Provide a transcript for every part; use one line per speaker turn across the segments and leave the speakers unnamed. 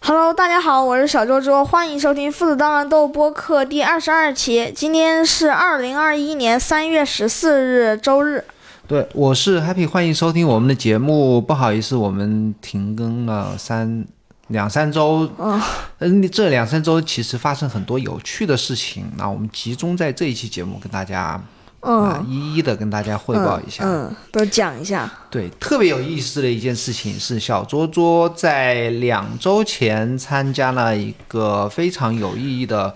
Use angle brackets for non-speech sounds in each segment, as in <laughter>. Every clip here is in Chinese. Hello，大家好，我是小周周，欢迎收听《父子当然豆》播客第二十二期。今天是二零二一年三月十四日，周日。
对，我是 Happy，欢迎收听我们的节目。不好意思，我们停更了三两三周。
嗯
嗯，这两三周其实发生很多有趣的事情，那我们集中在这一期节目跟大家啊、
嗯，
一一的跟大家汇报一下。
嗯，嗯都讲一下。
对，特别有意思的一件事情是，小卓卓在两周前参加了一个非常有意义的，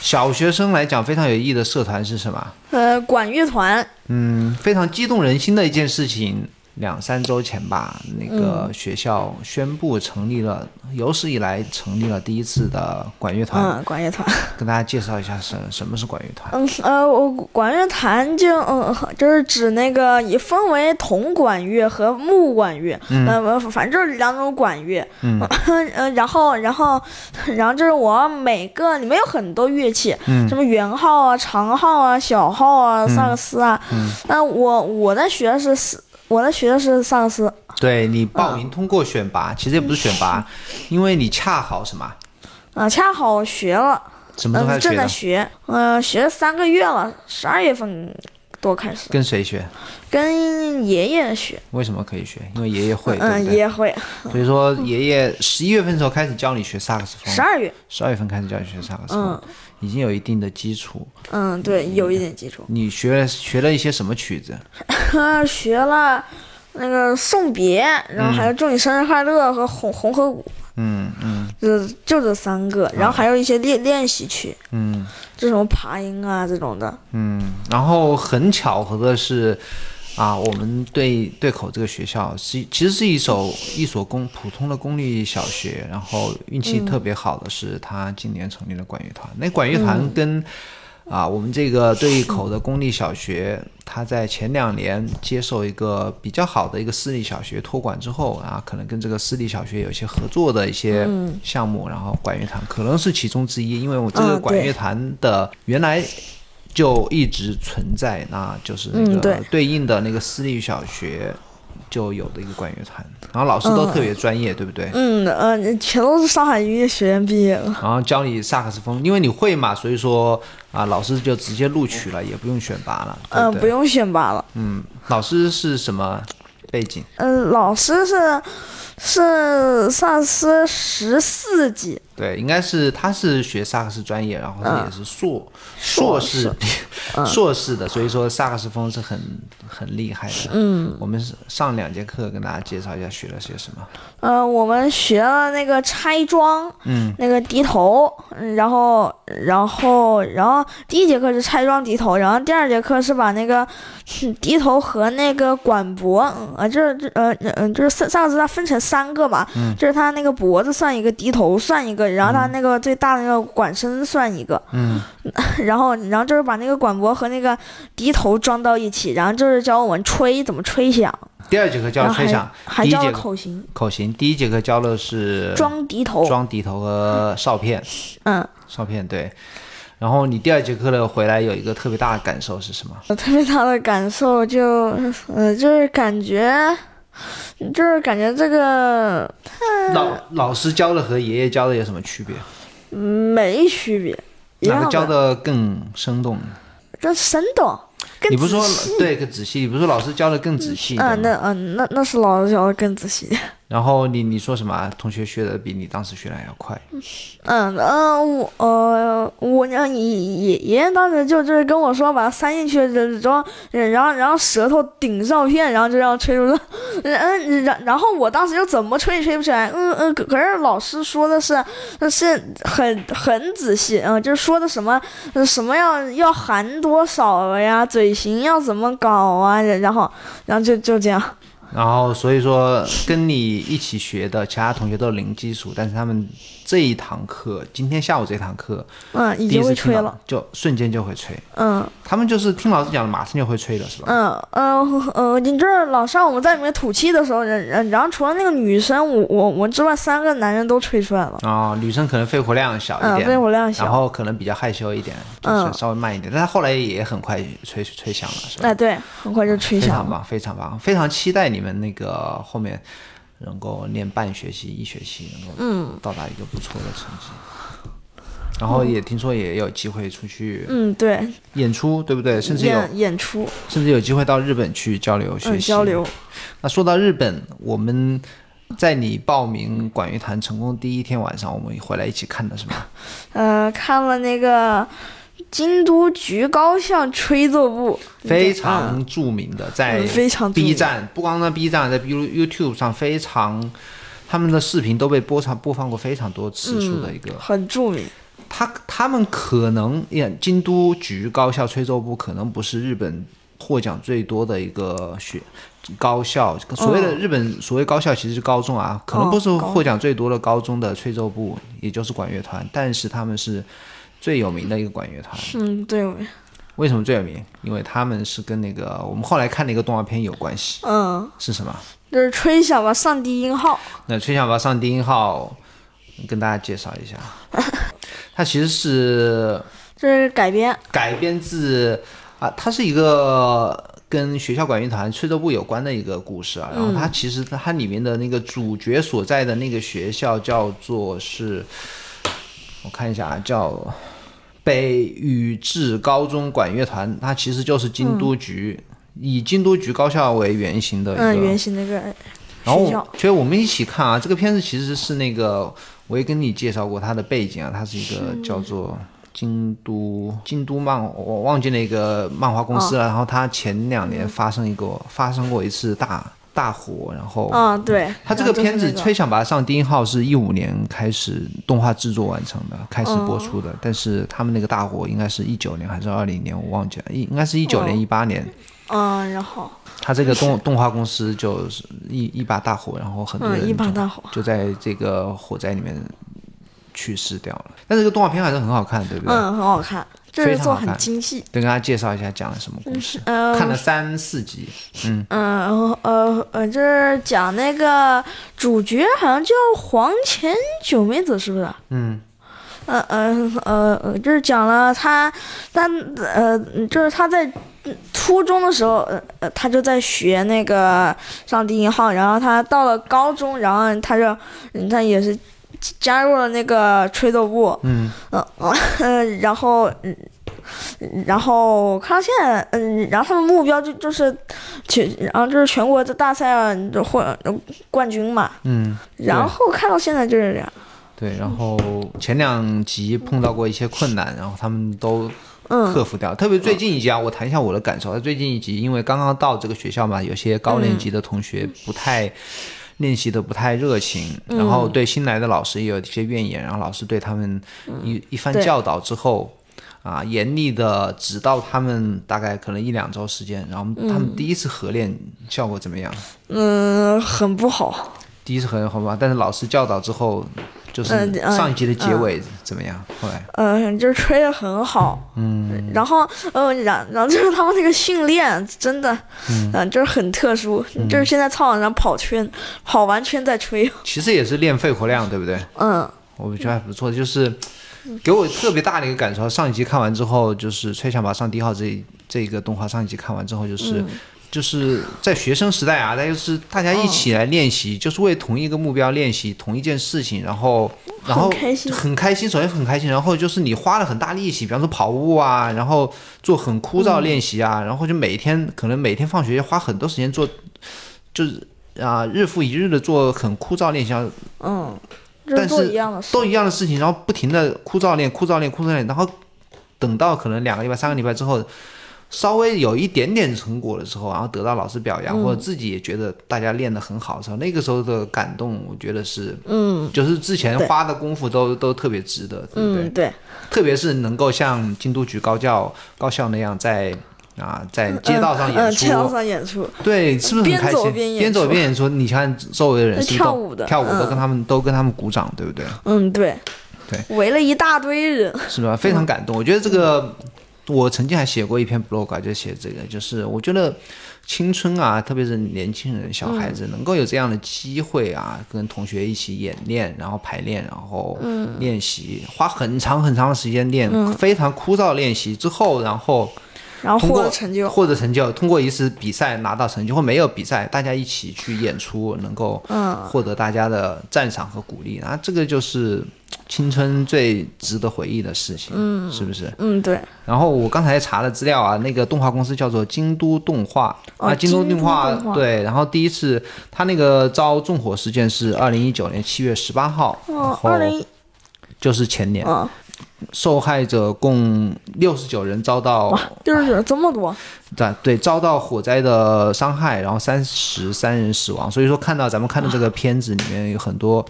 小学生来讲非常有意义的社团是什么？
呃，管乐团，
嗯，非常激动人心的一件事情。两三周前吧，那个
嗯
学校宣布成立了，有史以来成立了第一次的管乐团。
嗯，管乐团，
跟大家介绍一下什什么是管乐团。
嗯，呃，我管乐团就，嗯，就是指那个也分为铜管乐和木管乐，嗯、呃，反正就是两种管乐，
嗯
<laughs> 呃，然后，然后，然后就是我每个里面有很多乐器，
嗯
什么圆号啊、长号啊、小号啊、萨克斯啊。
嗯
那我我在学的是四，我在学的是萨克斯，
对你报名通过选
嗯
拔，其实也不是选
<laughs>
拔，因为你恰好什么
啊、恰好学了，
什么
嗯、
时候开始
正
学
在
的？
学，嗯、学了三个月了，十二月份多开始，
跟谁学？
跟爷爷学，
为什么可以学？因为爷爷
嗯，
会，对不
爷
对？
爷会，
所以说爷爷十一月份的时候开始教你学萨克斯
十
风，
二月，
十二月份开始教你学萨克斯风
嗯，
已经有一定的基础。
嗯，对，有一点基础，
你学了学了一些什么曲子？
他学了。那个送别，然后还有祝你生日快乐和红红河谷，
嗯嗯
就就这三个，然后还有一些练练习曲，
嗯
这种爬音啊这种的，
嗯。然后很巧合的是，啊，我们对对口这个学校是其实是一所一所公普通的公立小学，然后运气特别好的是，他今年成立了管乐团。那管乐团跟、啊，我们这个对口的公立小学，他在前两年接受一个比较好的一个私立小学托管之后啊，可能跟这个私立小学有一些合作的一些项目，然后管乐团可能是其中之一，因为我这个
嗯
管
对
乐团的原来就一直存在，那就是那
嗯对
个对应的那个私立小学就有的一个管乐团，然后老师都特别专业，对不对？
嗯呃，全都是上海音乐学院毕业的，
然后教你萨克斯风，因为你会嘛，所以说啊，老师就直接录取了，也不用选拔了，对
嗯、
对？
不用选拔了，
嗯，老师是什么背景？
嗯、老师是是萨斯十四级，
对，应该是他是学萨克斯专业，然后他也是硕、硕士
嗯硕嗯
<laughs> 硕士的，所以说萨克斯风是很很厉害的。嗯，我们是上两节课跟大家介绍一下学了些什么。
呃，我们学了那个拆装，
嗯，
那个笛头，嗯然后然后然后第一节课是拆装笛头，然后第二节课是把那个嗯笛头和那个管脖，嗯啊，这这呃嗯，就是萨萨克斯它分成三个嘛，嗯、就是它那个脖子算一个，笛头算一个，然后它那个最大的那个管身算一个，
嗯，
<laughs> 然后然后就是把那个管脖和那个笛头装到一起，然后就是教我们吹怎么吹响，
第二节课
然
教
后
吹响
还，还
第一
教
节
了
课
口型，
口型，第一节课教的是
装笛头，
装笛头和哨片，
嗯。
哨片对。然后你第二节课的回来有一个特别大的感受是什么？
我特别大的感受就，呃，就是感觉，就是感觉这个呃
老老师教的和爷爷教的有什么区别？
嗯没区别，一
哪
样
个教
的，
的更生动？
这生动，更
你不说
仔细
对更仔细，你不说老师教的更仔细一
啊、
点吗？
那嗯、那那是老师教的更仔细。
然后你你说什么啊？同学学的比你当时学的还要快，
嗯嗯，我呃我呢爷爷爷爷当时就就是跟我说把它塞进去，然后呃然后然后舌头顶照片，然后就让吹出来，嗯然然后我当时就怎么吹也吹不起来，嗯嗯，可可是老师说的是是很很仔细，嗯，就是说的什么呃什么要要含多少呀，嘴型要怎么搞啊，然后然后就就这样，
然后所以说跟你一起学的其他同学都是零基础，但是他们这一堂课，今天下午这堂课，
嗯，已
第一
经
次
会
听
吹
到
了，
就瞬间就会吹。
嗯。
他们就是听老师讲的，马上就会吹的，是吧？
嗯呃呃，你知道老上我们在里面吐气的时候，然然然后除了那个女生，我我我之外，三个男人都吹出来了。
啊、女生可能肺活量小一
嗯，
点，
肺活量
然
小。
后可能比较害羞一点，就
嗯
是稍微慢一点，但她后来也很快吹吹响了，是吧？
哎，对，很快就吹
非
响
常
了。
棒，非常棒，非常期待你们那个后面能够练半学期、一学期，能够
嗯
到达一个不错的成绩。然后也听说也有机会出去
嗯，对，
演出，对不对？甚至有
演演出，
甚至有机会到日本去交流学
嗯，
习、
交流。
那说到日本，我们在你报名管乐团成功第一天晚上，我们回来一起看的是
<laughs>
吗？
呃，看了那个京都局高校吹奏部，
非常著名的，在
啊嗯非常著
B
名
站，不光在 B 站，在 You YouTube 上非常，他们的视频都被播唱播放过非常多次数
嗯
的一个。
很著名。
他他们可能演京都局高校吹奏部，可能不是日本获奖最多的一个学高校。所谓的日本所谓高校其实是高中啊，可能不是获奖最多的嗯高中的吹奏部，也就是管乐团，但是他们是最有名的一个管乐团。
嗯，对，
为什么最有名？因为他们是跟那个我们后来看的一个动画片有关系，
嗯，
是什么？
就是吹响吧上帝音号。
那吹响吧上低音号，跟大家介绍 <laughs> 一下，它其实是
这是改编，
改编自啊，它是一个跟学校管乐团吹奏部有关的一个故事
嗯
啊。然后它其实它里面的那个主角所在的那个学校叫做是，我看一下啊，叫北宇治高中管乐团，它其实就是京都局。以京都局高校为原型的一个，
嗯，原型那个
然后
学校
我觉得我们一起看啊，这个片子其实是那个我也跟你介绍过它的背景啊，它是一个叫做京都京都漫，我忘记那个漫画公
嗯
司了。然后它前两年发生一个、发生过一次大大火，然后
啊，对。
它哦嗯这
然后
个
就是
片子
那
《
个
吹响吧上低音号》是一五年开始动画制作完成的，开始播出
嗯
的。但是他们那个大火应该是一九年还是二零年，我忘记了，应应该是一九年、一八年。
嗯，然后
他这个动动画公司就是一一把大火，然后很多
嗯，
人
一把
就
大火，
就在这个火灾里面去世掉了。但这个动画片还是很好看，对不对？
嗯，很好看，就是
非常
做
好
很
看
精细。
对，跟大家介绍一下讲了什么故事。
嗯，
看了三四集，
嗯，然后呃呃，就是讲那个主角好像叫黄前九美子，是不是？
嗯，
呃呃呃呃，就是讲了他，但呃，就是他在初中的时候，呃呃，他就在学那个上低音号，然后他到了高中，然后他就嗯他也是加入了那个吹奏部，
嗯，
嗯嗯，然后嗯。然后看到现在，嗯，然后他们目标就就是全，然后就是全国的大赛啊，就获冠军嘛。
嗯，
然后看到现在就是这样，
对。然后前两集碰到过一些困难，然后他们都
嗯，
克服掉。特别最近一集啊，我谈一下我的感受。最近一集，因为刚刚到这个学校嘛，有些高年级的同学不太。练习的不太热情，
嗯
然后对新来的老师也有一些怨言，然后老师对他们一、一番
嗯对
教导之后，啊，严厉的指导他们大概可能一两周时间，然后他们第一次合练效果怎么样？
嗯，很不好。
第一次合练好不好？但是老师教导之后，就是
嗯嗯
上一集的结尾怎么样？后来
嗯，就是吹得很好，嗯，然后，嗯、然然后就是他们那个训练真的，嗯、就是很特殊，
嗯
就是现在操场上跑圈，跑完圈再吹，
其实也是练肺活量，对不对？
嗯
我觉得还不错，就是给我特别大的一个感受。上一集看完之后，就是《吹响吧上帝号》这一这一个动画，上一集看完之后，就是、
嗯
就是在学生时代啊，那就是大家一
嗯
起来练习，就是为同一个目标练习同一件事情，然后然
很
后
开心
很开心，首先很开心，然后就是你花了很大力气，比方说跑步啊，然后做很枯燥练习啊，然后就每天可能每天放学要花很多时间做，就是。啊，日复一日的做很枯燥练习啊，
嗯，就是
但
做
是
一样的事，
都一样的事情，然后不停的枯燥练、枯燥练、枯燥练，然后等到可能两个礼拜、三个礼拜之后，稍微有一点点成果的时候，然后得到老师表扬，
嗯
或者自己也觉得大家练得很好的时候，那个时候的感动，我觉得是，嗯，就是之前
对
花的功夫都都特别值得，对不对？
嗯，对，
特别是能够像京都局高校高校那样在。啊，在街道上
嗯嗯
演出，
街道上演出，
对，是不是很
边
开心？
走边演
边走
出
边演出，你看周围的人是不是都
跳舞的
跳舞都
嗯
跟他们、都跟他们鼓掌，对不对？
嗯，对，
对
围了一大堆人，
是吧？非常感动。我觉得这个，我曾经还写过一篇 blog，啊就写这个，就是我觉得青春啊，特别是年轻人、小孩子，能够有这样的机会啊，跟同学一起演练，然后排练，然后练习，花很长很长的时间练，非常枯燥的练习之后，然后
然后
通
获
过
得成就。
获得成就，通过一次比赛拿到成就，或没有比赛，大家一起去演出，能够
嗯
获得大家的赞赏和鼓励，啊，这个就是青春最值得回忆的事情，嗯，是不是？
嗯，对，
然后我刚才查了资料啊，那个动画公司叫做京都动画、
哦
啊，京都
京都
画
动画
对。然后第一次他那个遭纵火事件是二零一九年七月十八号，
哦，二
然后
零，
就是前年，
嗯，
受害者共六十九人遭到
六十九这么多，
对对遭到火灾的伤害，然后三十三人死亡。所以说看到咱们看到这个片子里面有很多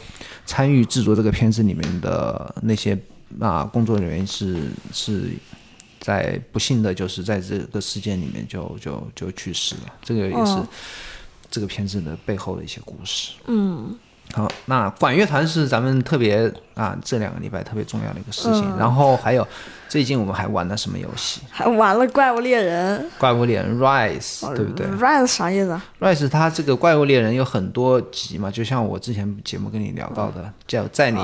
参与制作这个片子里面的那些啊工作人员是是在不幸的就是在这个事件里面就就就去世了。这个也是
嗯
这个片子的背后的一些故事。
嗯，
好，那管乐团是咱们特别啊这两个礼拜特别重要的一个事情。然后还有最近我们还玩了什么游戏？
还玩了怪物猎人，
怪物猎人 Rise，对不对？
r i s e 啥意思啊？
Rise 它这个怪物猎人有很多集嘛，就像我之前节目跟你聊到
嗯
的，叫在你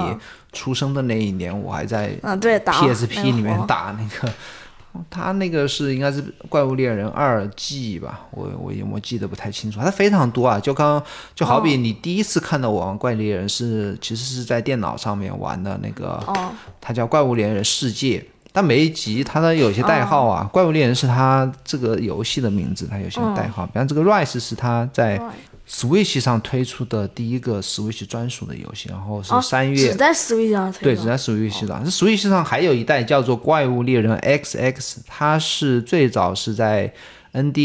出生的那一年，我还在
啊，对，打那
PSP
个
里面
活
打那个， <laughs> 它那个是应该是怪物猎人二 G 吧，我我我记得不太清楚，它非常多啊，就刚就好比你第一次看到我玩怪猎人是其实是在电脑上面玩的那个，
哦
它叫怪物猎人世界。但每一集它的有些代号啊，怪物猎人是它这个游戏的名字，它有些代号，比方这个嗯 Rise 是它在 Switch 上推出的第一个 Switch 专属的游戏，然后哦是
啊
三月、
只在 Switch 上推
对，只
出，
在
哦
Switch 上。这 Switch 上还有一代叫做《怪物猎人 XX》，它是最早是在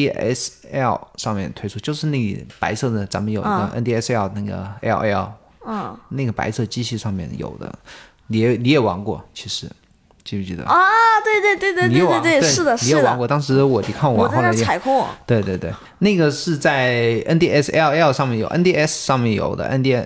NDSL 上面推出，就是那个白色的，咱们有一个 NDSL 那个 LL，
嗯，
那个白色机器上面有的，你也你也玩过，其实记不记得？
啊，对对对对
你也
对
玩
对
对
是的，
你也
是
玩
的，
过。当时我你看
我
玩，
在
后
那
来
儿
就
踩空，
对对对，那个是在 NDSLL 上面有，NDS 上面有的 NDS，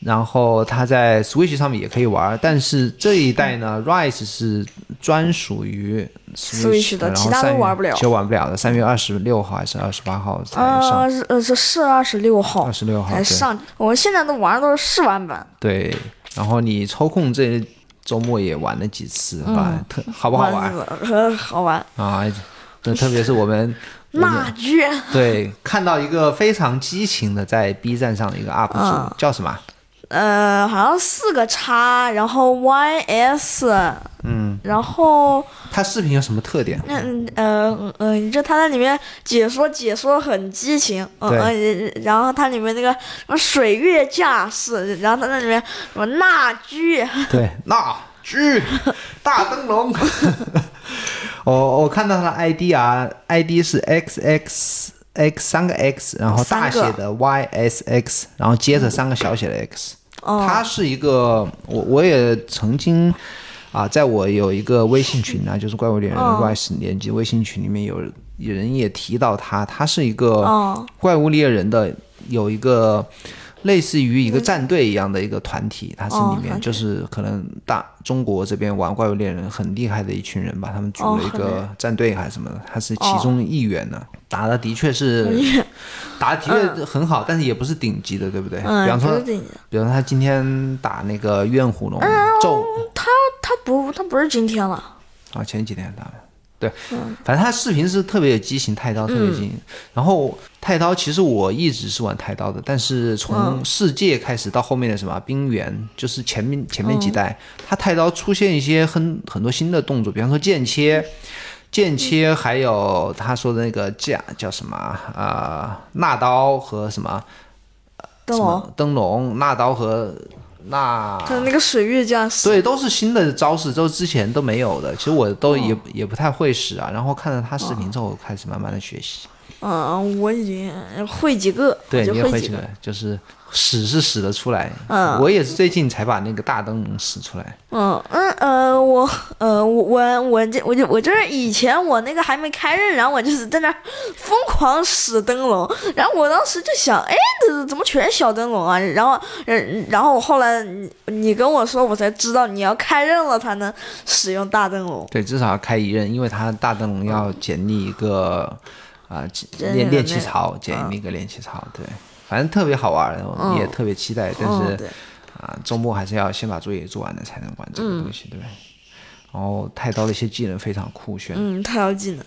然后它在 Switch 上面也可以玩，但是这一代
<laughs>
呢、r i s e 是专属于
Switch 的
然后
其他都
3月
玩不了
就玩不了的。三月二十六号还是二十八号才上？
呃，是呃是是二十六号
二十六号
才
对
上，我们现在都玩的都是试玩版，
对，然后你抽空这周末也玩了几次吧，特好不好玩
嗯玩？好玩，
啊？这特别是
<laughs>
我们我们
那居然
对看到一个非常激情的在 B 站上的一个
啊
UP 主、叫什么？
呃，好像四个叉，然后 YS，嗯，然后
它视频有什么特点？
那嗯呃嗯，你这他在里面解说解说很激情，嗯
对
嗯，然后它里面那个什么水月架势，然后它那里面什么那居，
<laughs> 对，那居大灯笼。 <laughs> 我我看到它的 ID 啊，ID 是 x x x 三个 x，然后
三个
大写的 y s x，然后接着三个小写的 x。
哦
它是一个，我我也曾经啊，在我有一个微信群啊，就是怪物猎人的
哦
Rise 连接微信群里面有有人也提到它，它是一个。
哦
怪物猎人的有一个类似于一个战队一样的一个团体，它是
哦
里面
团体
就是可能大中国这边玩怪物猎人很厉害的一群人吧，他们组
哦
了一
很厉
个战队还是什么的，他是其中一员呢。打的的确是，打的的确很好，但是也不是顶级的，对不对？比
嗯，
方
不
说
是，顶级，
比方说他今天打那个怨虎龙咒
它不它不是今天了，
啊，前几天打的，对，反正他视频是特别有激情，太刀特别有激情。然后太刀其实我一直是玩太刀的，但是从世界开始到后面的什么冰原，就是前面前面几代，他太刀出现一些很很多新的动作，比方说剑切。剑切，还有他说的那个架叫什么啊啊、纳刀和什么
灯
什
笼。
么灯笼，纳刀和纳
它那个水月架势，
对，都是新的招式，都是之前都没有的。其实我都
哦
也、也不太会使啊，然后看了他视频之后，开始慢慢的学习。
嗯，我已经会几个，
对，
我就
你也
会
会
几
这
个
个，就是使是使得出来。
嗯
我也是最近才把那个大灯笼使出来。
嗯嗯呃，我呃我我我这我就我就是以前我那个还没开刃，然后我就是在那儿疯狂使灯笼，然后我当时就想，哎，这怎么全是小灯笼啊？然后然然后我后来你你跟我说，我才知道你要开刃了才能使用大灯笼。
对，至少要开一刃，因为它大灯笼要剪立一个啊、
真
练
人
练
那
气
个
槽，剪那个练气槽。对，反正特别好玩，我也
嗯
特别期待，但
嗯
是。，
对，
啊，周末还是要先把作业做完了才能
嗯
玩这个东西，对。然后太刀的一些技能非常酷炫，
嗯，太要技能，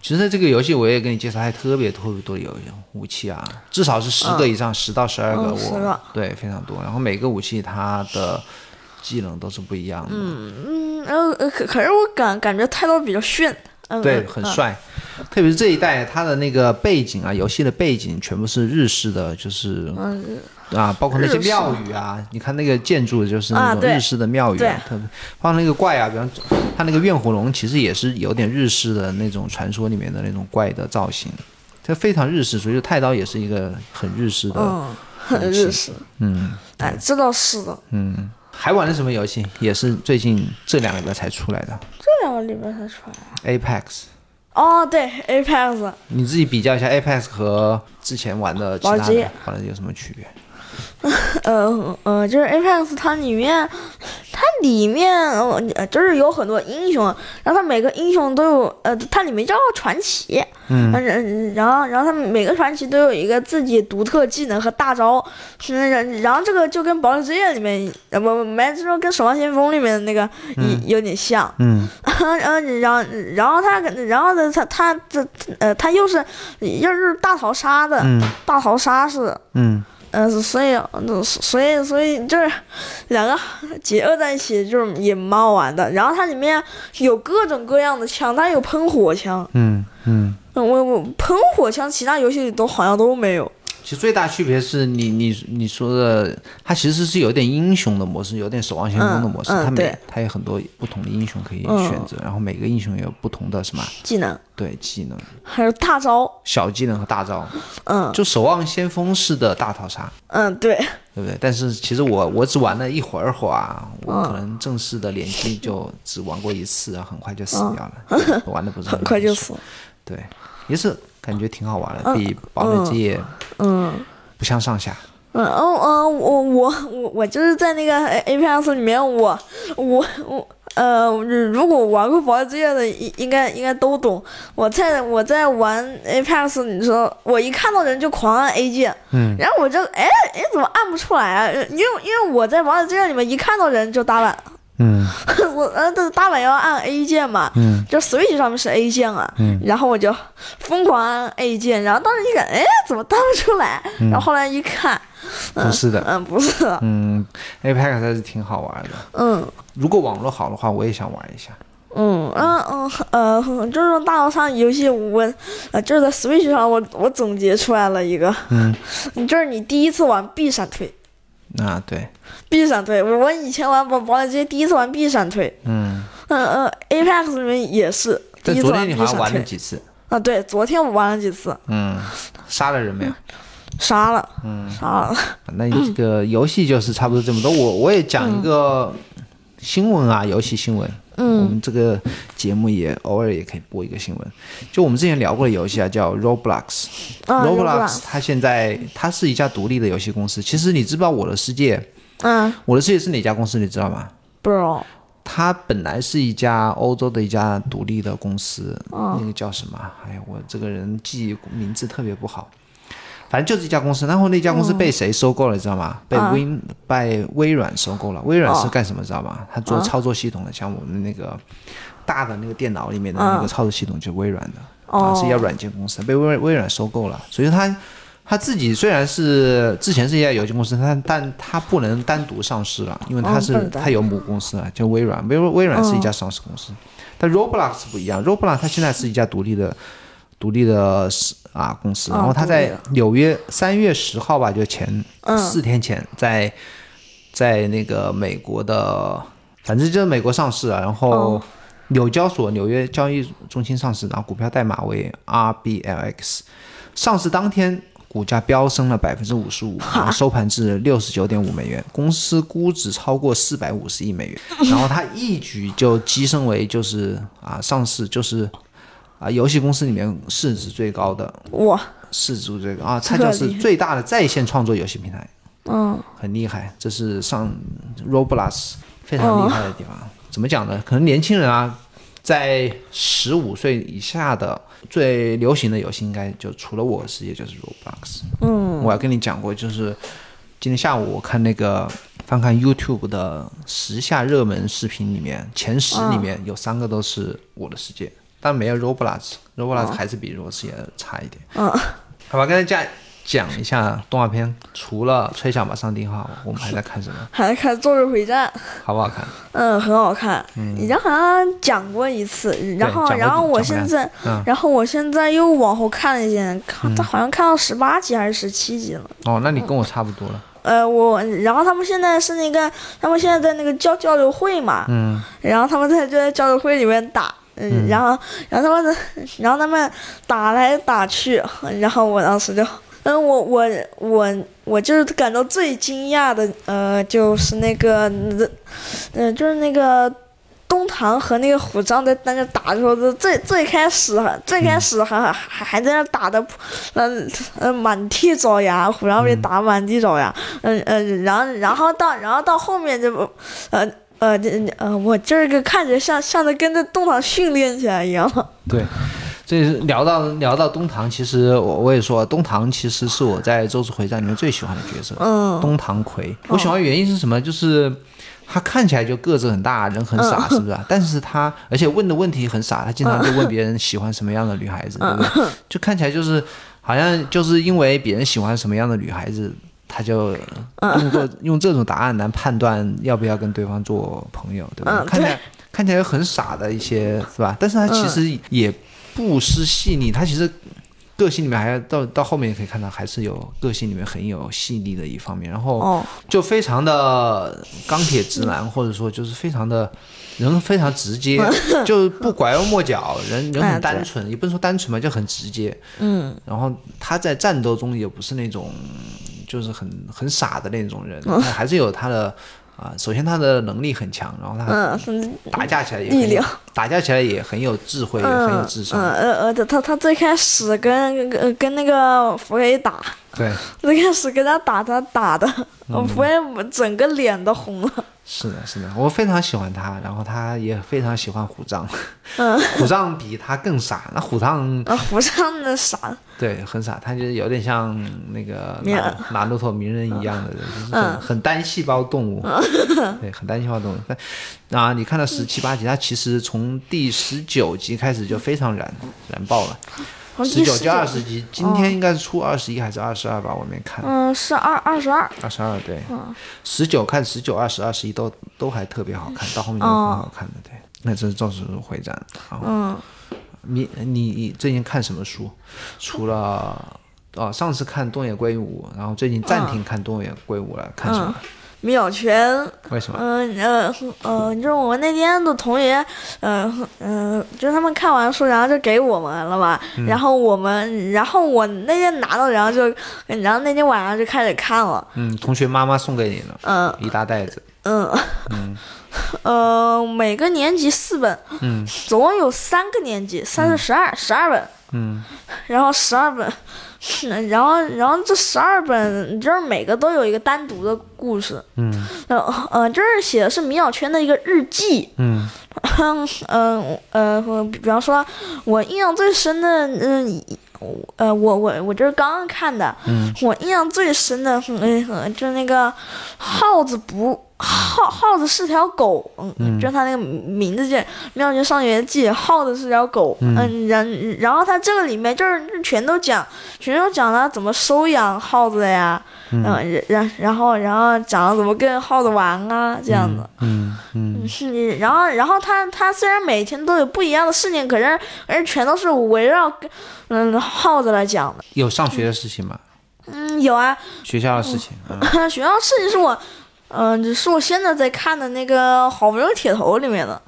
其实在这个游戏我也给你介绍，还特别特别多的游武器啊，至少是十个以上，十、到十二个，
嗯10
我
嗯个
对非常多。然后每个武器它的技能都是不一样的，
嗯，呃，呃可可是我感感觉太刀比较炫，嗯，
对，
嗯
很
嗯
帅。特别是这一代，它的那个背景啊，游戏的背景全部是日式的，就是啊，包括那些
嗯日式
庙宇啊，你看那个建筑就是那
啊
种
对
日式的庙宇、
对
特别包括那个怪啊，比方它那个怨火龙其实也是有点日式的那种传说里面的那种怪的造型，它非常日式，所以太刀也是一个很日式的，
嗯，很日式，
嗯
哎，这倒是的。
嗯。还玩了什么游戏？也是最近这两个礼拜才出来的
这两个礼拜才出来。
Apex。
哦，对，Apex，
你自己比较一下 Apex 和之前玩的其他
老街
的玩的有什么区别？
呃呃，就是 Apex，它里面，它里面呃就是有很多英雄，然后它每个英雄都有呃，它里面叫传奇，呃
嗯，
然然后然后它每个传奇都有一个自己独特技能和大招，嗯然然后这个就跟堡垒之夜里面，呃不不，没之后跟守望先锋里面的那个有有点像， <laughs>
嗯，
嗯，然后然后他跟然后呢，他他这呃，他又是又是大逃杀的，
嗯
大逃杀式的，
嗯
呃，所以呃所以所以就是两个结合在一起，就是也蛮好玩的。然后它里面有各种各样的枪，它有喷火枪，
嗯嗯。
嗯我我喷火枪其他游戏里都好像都没有。
其实最大区别是你你你说的，它其实是有点英雄的模式，有点守望先锋的模式。
嗯嗯
它每
对
它有很多不同的英雄可以
嗯
选择，然后每个英雄也有不同的什么
技能
对技能、
还有大招，
小技能和大招。
嗯
就守望先锋式的大逃杀，
嗯，对，
对不对？但是其实我我只玩了一会儿会儿啊，
嗯
我可能正式的联机就只玩过一次，然后很快就死掉了，
<laughs>
对玩的不
嗯
是
很快就
爽
死。
对，也是感觉挺好玩的，比堡垒之夜
嗯。
不相上下。
嗯哦嗯，我我我我就是在那个 A P S 里面，我我我呃，如果玩过堡垒之夜的，应应该应该都懂。我在我在玩 A P S，你说我一看到人就狂按 A 键，
嗯，
然后我就哎哎怎么按不出来啊？因为因为我在堡垒之夜里面一看到人就打板，
嗯
我呃这打板要按 A 键嘛，
嗯
就 Switch 上面是 A 键啊，
嗯
然后我就疯狂按 A 键，然后当时一看，哎，怎么弹不出来？然后后来一看，嗯
不是的
嗯，不是的，
嗯，Apex 还是挺好玩的。
嗯
如果网络好的话，我也想玩一下。
嗯嗯嗯呃，这种大逃杀游戏我，呃，就是在 Switch 上我我总结出来了一个，
嗯，
就是你第一次玩必闪退。
啊，对，
必闪退，我我以前玩堡堡垒之夜第一次玩必闪退，
嗯，
嗯嗯，Apex 里面也是第
在
一次
昨天
玩
你
必
好像
闪
玩了
退
几次？
啊，对，昨天我玩了几次，
嗯，杀了人没 <laughs> 有？
杀了，
嗯
杀了，
那这个游戏就是差不多这么多。我我也讲一个新闻啊，游戏新闻。我们这个节目也偶尔也可以播一个新闻。就我们之前聊过的游戏啊，叫 Roblox。
啊
Roblox 它现在它是一家独立的游戏公司。其实你知不知道我的世界？
嗯，
我的世界是哪家公司？你知道吗？
不知道，
它本来是一家欧洲的一家独立的公司，那个叫什么？哎呀，我这个人记忆名字特别不好。反正就是一家公司，然后那家公司被谁收购了，你知道吗？被微、被微软收购了。微软是干什么，知道吗？它做操作系统的，像我们那个大的那个电脑里面的那个操作系统，就是微软的，
哦
啊，是一家软件公司，被微微软收购了。所以它它自己虽然是之前是一家游戏公司，但但它不能单独上市了，因为它
哦
是、
不能单独
它有母公司啊，叫微软。微微软是一家上市公司，但 Roblox 不一样，Roblox 它现在是一家独立的独立的啊公司，
哦
然后它
独立的
在纽约三月十号吧，就前
嗯
四、天前在在那个美国的，反正就是美国上市啊，然后
哦
纽交所纽约交易中心上市，然后股票代码为 RBLX，上市当天。股价飙升了百分之五十五，然后收盘至六十九点五美元，公司估值超过四百五十亿美元，然后它一举就跻身为就是啊上市就是啊游戏公司里面市值最高的
我，
市值最高啊，它
这
就
个
是
厉害
最大的在线创作游戏平台，
嗯。
很厉害，这是上 Roblox 非常厉害的地
哦
方。怎么讲呢？可能年轻人啊，在十五岁以下的最流行的游戏，应该就除了我的世界就是 Roblox。嗯，我还跟你讲过，就是今天下午我看那个翻看 YouTube
啊
的时下热门视频里面，前十里面有三个都是我的世界。但没有 Roblox，Roblox
哦
还是比 Roblox 也差一点。
嗯，
好吧，跟大家讲一下动画片，除了《吹响吧上帝号》，我们还在看什么？
还在看《咒术回战》。
好不好看？
嗯，很好看。以前好像讲过一次，然后
讲过
然后我
讲过
现
两
在，
嗯
然后我现在又往后看了一眼，看他好像看到十八集还是十七集了。
哦，那你跟我差不多了。
呃，我然后他们现在是那个，他们现在在那个交交流会嘛，
嗯，
然后他们在就在交流会里面打，嗯，然后然后他们然后他们打来打去，然后我当时就，嗯，我我我我就是感到最惊讶的，呃，就是那个，呃，就是那个。东堂和那个虎杖在在那打的时候，最最开始最开始还还还在那打的，呃呃满地找牙，虎杖被打满地找牙，嗯呃，然后然后到然后到后面就，呃呃这呃我今儿个看着像像的跟着东堂训练起来一样，
对。这是聊到聊到东堂，其实我我也说，东堂其实是我在《周术回战》里面最喜欢的角色。
嗯
东堂葵，我喜欢的原因是什么？就是他看起来就个子很大，人很
嗯
傻，是
<laughs>
不是啊？但是他而且问的问题很傻，他经常就问别人喜欢什么样的女孩子，
嗯
对不对？就看起来就是好像就是因为别人喜欢什么样的女孩子，他就用
嗯
过用这种答案来判断要不要跟对方做朋友，对不对？
嗯
看起来看起来很傻的一些是吧？但是他其
嗯
实也不失细腻，他其实个性里面还要到到后面也可以看到，还是有个性里面很有细腻的一方面，然后
哦
就非常的钢铁直男，或者说就是非常的人非常直接，
嗯
就不拐弯抹角，人人
哎
很
对
单纯，也不能说单纯吧，就很直接。嗯，然后他在战斗中也不是那种就是很很傻的那种人，
嗯
他还是有他的啊、首先他的能力很强，然后他
嗯嗯
打架起来也
力
很有
量
打架起来也很有智慧，也很有
嗯
智商。
呃呃他他最开始跟跟跟那个福雷打，
对，
最开始跟他打他打的，
嗯
福雷整个脸都红了，
是的，是的，我非常喜欢他，然后他也非常喜欢虎杖，嗯， <laughs> 虎杖比他更傻。那虎杖
啊虎杖那啥，
对很傻，他就是有点像那个
鸣
拿
人嗯
拿骆驼鸣人一样的人，就是很很单细胞动物，对，很单细胞动物。但啊，你看到十七八集，他其实从第十九集开始就非常燃燃爆了，
从
十
第
九
十哦
集二十集，今天应该是出二十一还是二十二吧，我没看。
嗯是二二十二，
二十二对，
嗯
十九看十九、二十、二十一都都还特别好看，到后面就很好看的。对，那这是《赵氏回战》。然后
哦嗯
你你你最近看什么书？除了哦，上次看东野圭吾，然后最近暂
嗯
停看东野圭吾了，看什么？
秒拳
为什么？
嗯呃呃，就是我们那天的同学，嗯嗯，就是他们看完书，然后就给我们了嘛。然后我们，然后我那天拿到，然后就，然后那天晚上就开始看了。
嗯，同学妈妈送给你了
嗯
一大袋子。
嗯 <laughs> 呃，每个年级四本，
嗯
总共有三个年级，三四十二，十二本，
嗯
然后十二本， <laughs> 然后然后这十二本就是每个都有一个单独的故事。
嗯
呃呃，就是写的是米小圈的一个日记。
嗯
<laughs> 嗯嗯呃，我比方说，我印象最深的，嗯、呃，我我我就是刚刚看的，
嗯
我印象最深的，嗯、呃，就是那个耗子不耗耗子是条狗，嗯，就是它那个名字叫《妙觉上学记》，耗子是条狗，嗯，然然后它这个里面就是全都讲，全都讲了怎么收养耗子呀，嗯，然然然后然后讲了怎么跟耗子玩啊，这样子。
嗯嗯，
是，然后，然后他他虽然每天都有不一样的事情，可是而且全都是围绕跟嗯耗子来讲的。
有上学的事情吗？
嗯，有啊，
学校的事情。嗯
<laughs> 学校事情是我，嗯、是我现在在看的那个《好朋友铁头》里面的，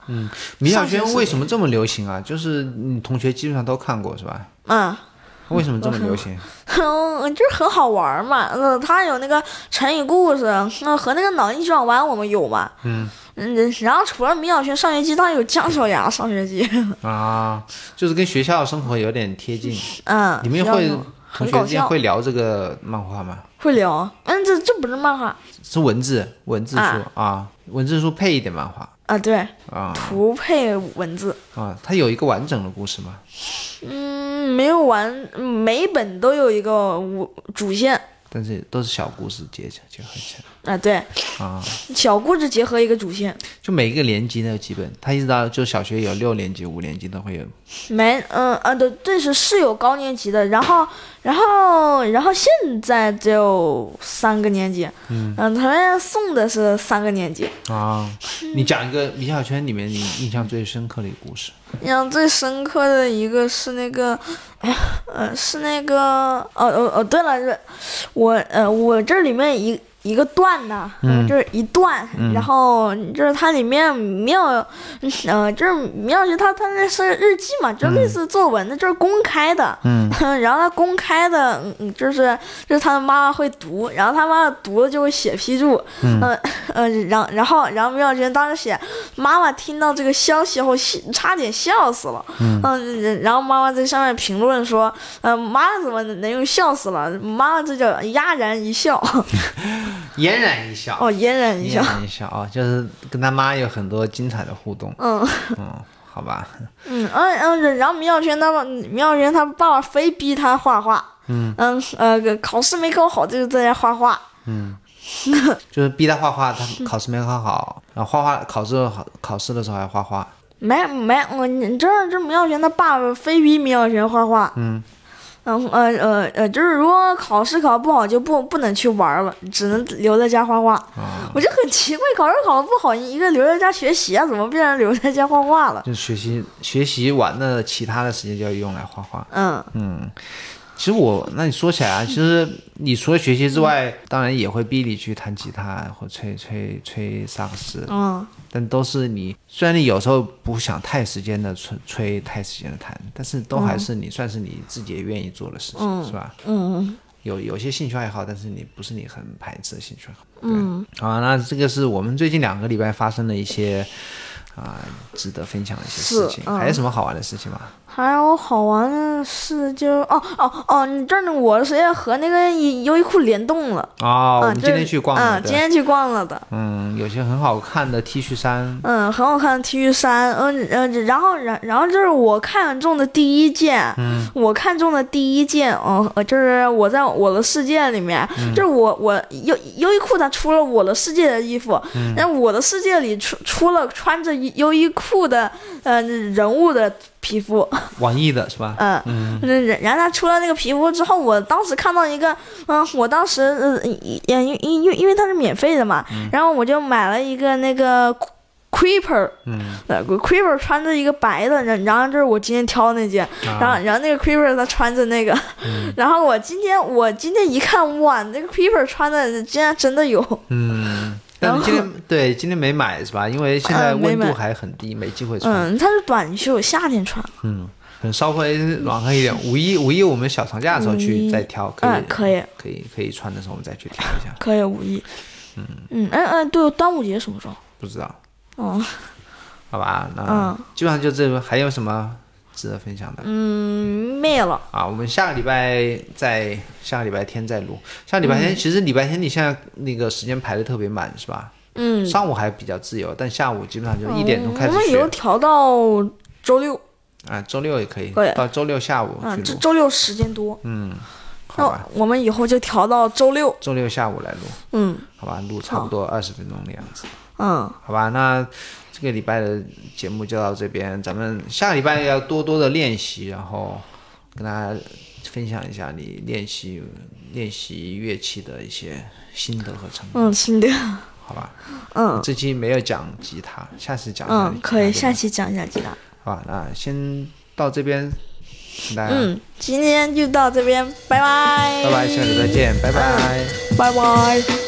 米小
上学
圈
是
为什么这么流行啊？就是你同学基本上都看过是吧？
嗯， <laughs>
为什么这么流行？
嗯，就是很好玩嘛。嗯，它有那个成语故事，嗯，和那个脑筋急转弯我们有嘛。
嗯
嗯，然后除了米小圈上学记，它有姜小牙上学记，
啊，就是跟学校生活有点贴近。
<laughs> 嗯，
你们
比较
会
有
同
很
学
搞
之间
笑，
会聊这个漫画吗？
会聊。嗯，这这不是漫画
是文字文字书啊
啊
文字书配一点漫画
啊，对，
啊
图配文字。
啊，它有一个完整的故事吗？
嗯，没有完，嗯每一本都有一个我主线，
但是都是小故事结结合起
啊，对，
来啊。
小故事结合一个主线，
就每一个年级呢，基本他一直到就小学有六年级、五年级都会有。
没，嗯啊，对，对是是有高年级的，然后，然后，然后现在只有三个年级，嗯，他们送的是三个年级。
啊，你讲一个米小圈里面你印象最深刻的一个故事。
印象最深刻的一个是那个，哎呀，呃，是那个，哦哦哦，对了，是我呃，我这里面一一个段呢，
嗯
就是一段，然后就是它里面妙， <laughs> 呃，就是妙是它它那是日记嘛，就类似作文的，就是公开的，
嗯
<laughs> 然后它公开的，嗯嗯，就是就是他的妈妈会读，然后他妈妈读了就会写批注，嗯嗯、呃，然后然后然后妙娟当时写，妈妈听到这个消息后笑差点笑死了，嗯、然后妈妈在上面评论说，呃，妈怎么能用笑死了？妈妈这叫哑然一笑， <laughs>
嫣然一笑，
哦，嫣然一
嫣
笑，
然一笑啊，就是跟他妈有很多精彩的互动。
嗯
嗯，好吧，
嗯嗯嗯，然后米小圈他爸，米小圈他爸爸非逼他画画，嗯呃，考试没考好就在家画画，
就是逼他画画，他考试没考好，然后画画考试好，考试的时候还画画。
没没，我你这这米小玄他爸爸非逼米小玄画画。嗯。嗯呃呃呃，就是如果考试考不好，就不不能去玩了，只能留在家画画。我就很奇怪，考试考得不好，一个留在家学习啊，怎么变成留在家画画了？
就学习学习完了，其他的时间就要用来画画。
嗯，
其实我，那你说起来
<laughs>
啊，其实你除了学习之外，当然也会逼你去弹吉他或吹吹吹萨克斯，
嗯，
但都是你虽然你有时候不想太时间的吹吹，太时间的弹，但是都还是你、算是你自己也愿意做的事情，是吧？嗯有有些兴趣爱好，但是你不是你很排斥的兴趣爱好。嗯，好、那这个是我们最近两个礼拜发生的一些啊、值得分享的一些事
是
情。
嗯
还有什么好玩的事情吗？
还有好玩的事就哦哦哦，你这儿呢我是和那个优衣库联动了。
哦，
嗯，
我们
这
今天去逛了，
嗯，
对
今天去逛了的。
嗯，有些很好看的 T 恤衫，
嗯，很好看的 T 恤衫，嗯嗯，然后然然后就是我看中的第一件，
嗯
我看中的第一件，哦、呃，就是我在我的世界里面，
嗯
就是我我优优衣库它出了我的世界的衣服，
嗯
但我的世界里出出了穿着优衣库的呃人物的皮肤，
网易的是吧？
嗯，那然然后他出了那个皮肤之后，我当时看到一个，嗯，我当时呃，因因因因因为它是免费的嘛，然后我就买了一个那个 creeper，
嗯，
呃，creeper 穿着一个白的，然然后就是我今天挑的那件，
啊
然后然后那个 creeper 他穿着那个， <laughs> 然后我今天我今天一看，哇，那个 creeper 穿的竟然真的有，
嗯，但是今天对今天没买是吧？因为现在
嗯没
温
买
度还很低，没机会穿，
嗯，它是短袖，夏天穿，
嗯，可能稍微暖和一点。五一五一我们小长假的时候去再挑，可以
嗯可以
可以可以穿的时候我们再去挑一下，
可以五一，嗯哎哎，对，端午节什么时候？
不知道
哦，
好吧？那
嗯
基本上就这个，还有什么值得分享的？
嗯，灭了。
啊，我们下个礼拜再下个礼拜天再录。下个礼拜
嗯
天、其实礼拜天你现在那个时间排的特别满是吧？
嗯，哦
上午还比较自由，但下午基本上就一点钟开
我
始
们以
学
后调到周六，
啊，周六也可以
可以，
到周六下午
嗯，这
去
哦
录，嗯
周六时间多，
好吧？
那我们以后就调到周六，
周六下午来录，
嗯
好吧？录差不多二十分钟的样子，
嗯，
好吧？那这个礼拜的节目就到这边，咱们下个礼拜要多多的练习，然后跟大家分享一下你练习练习乐器的一些心得和成果，
嗯，亲的，
好吧？
嗯
这期没有讲吉他，下次讲一下吉
嗯，
他
可以，
对吧
下期讲一下吉他，
好吧？那先到这边，请大家
嗯，今天就到这边，拜拜，
拜拜，下礼拜见，拜拜。
拜拜。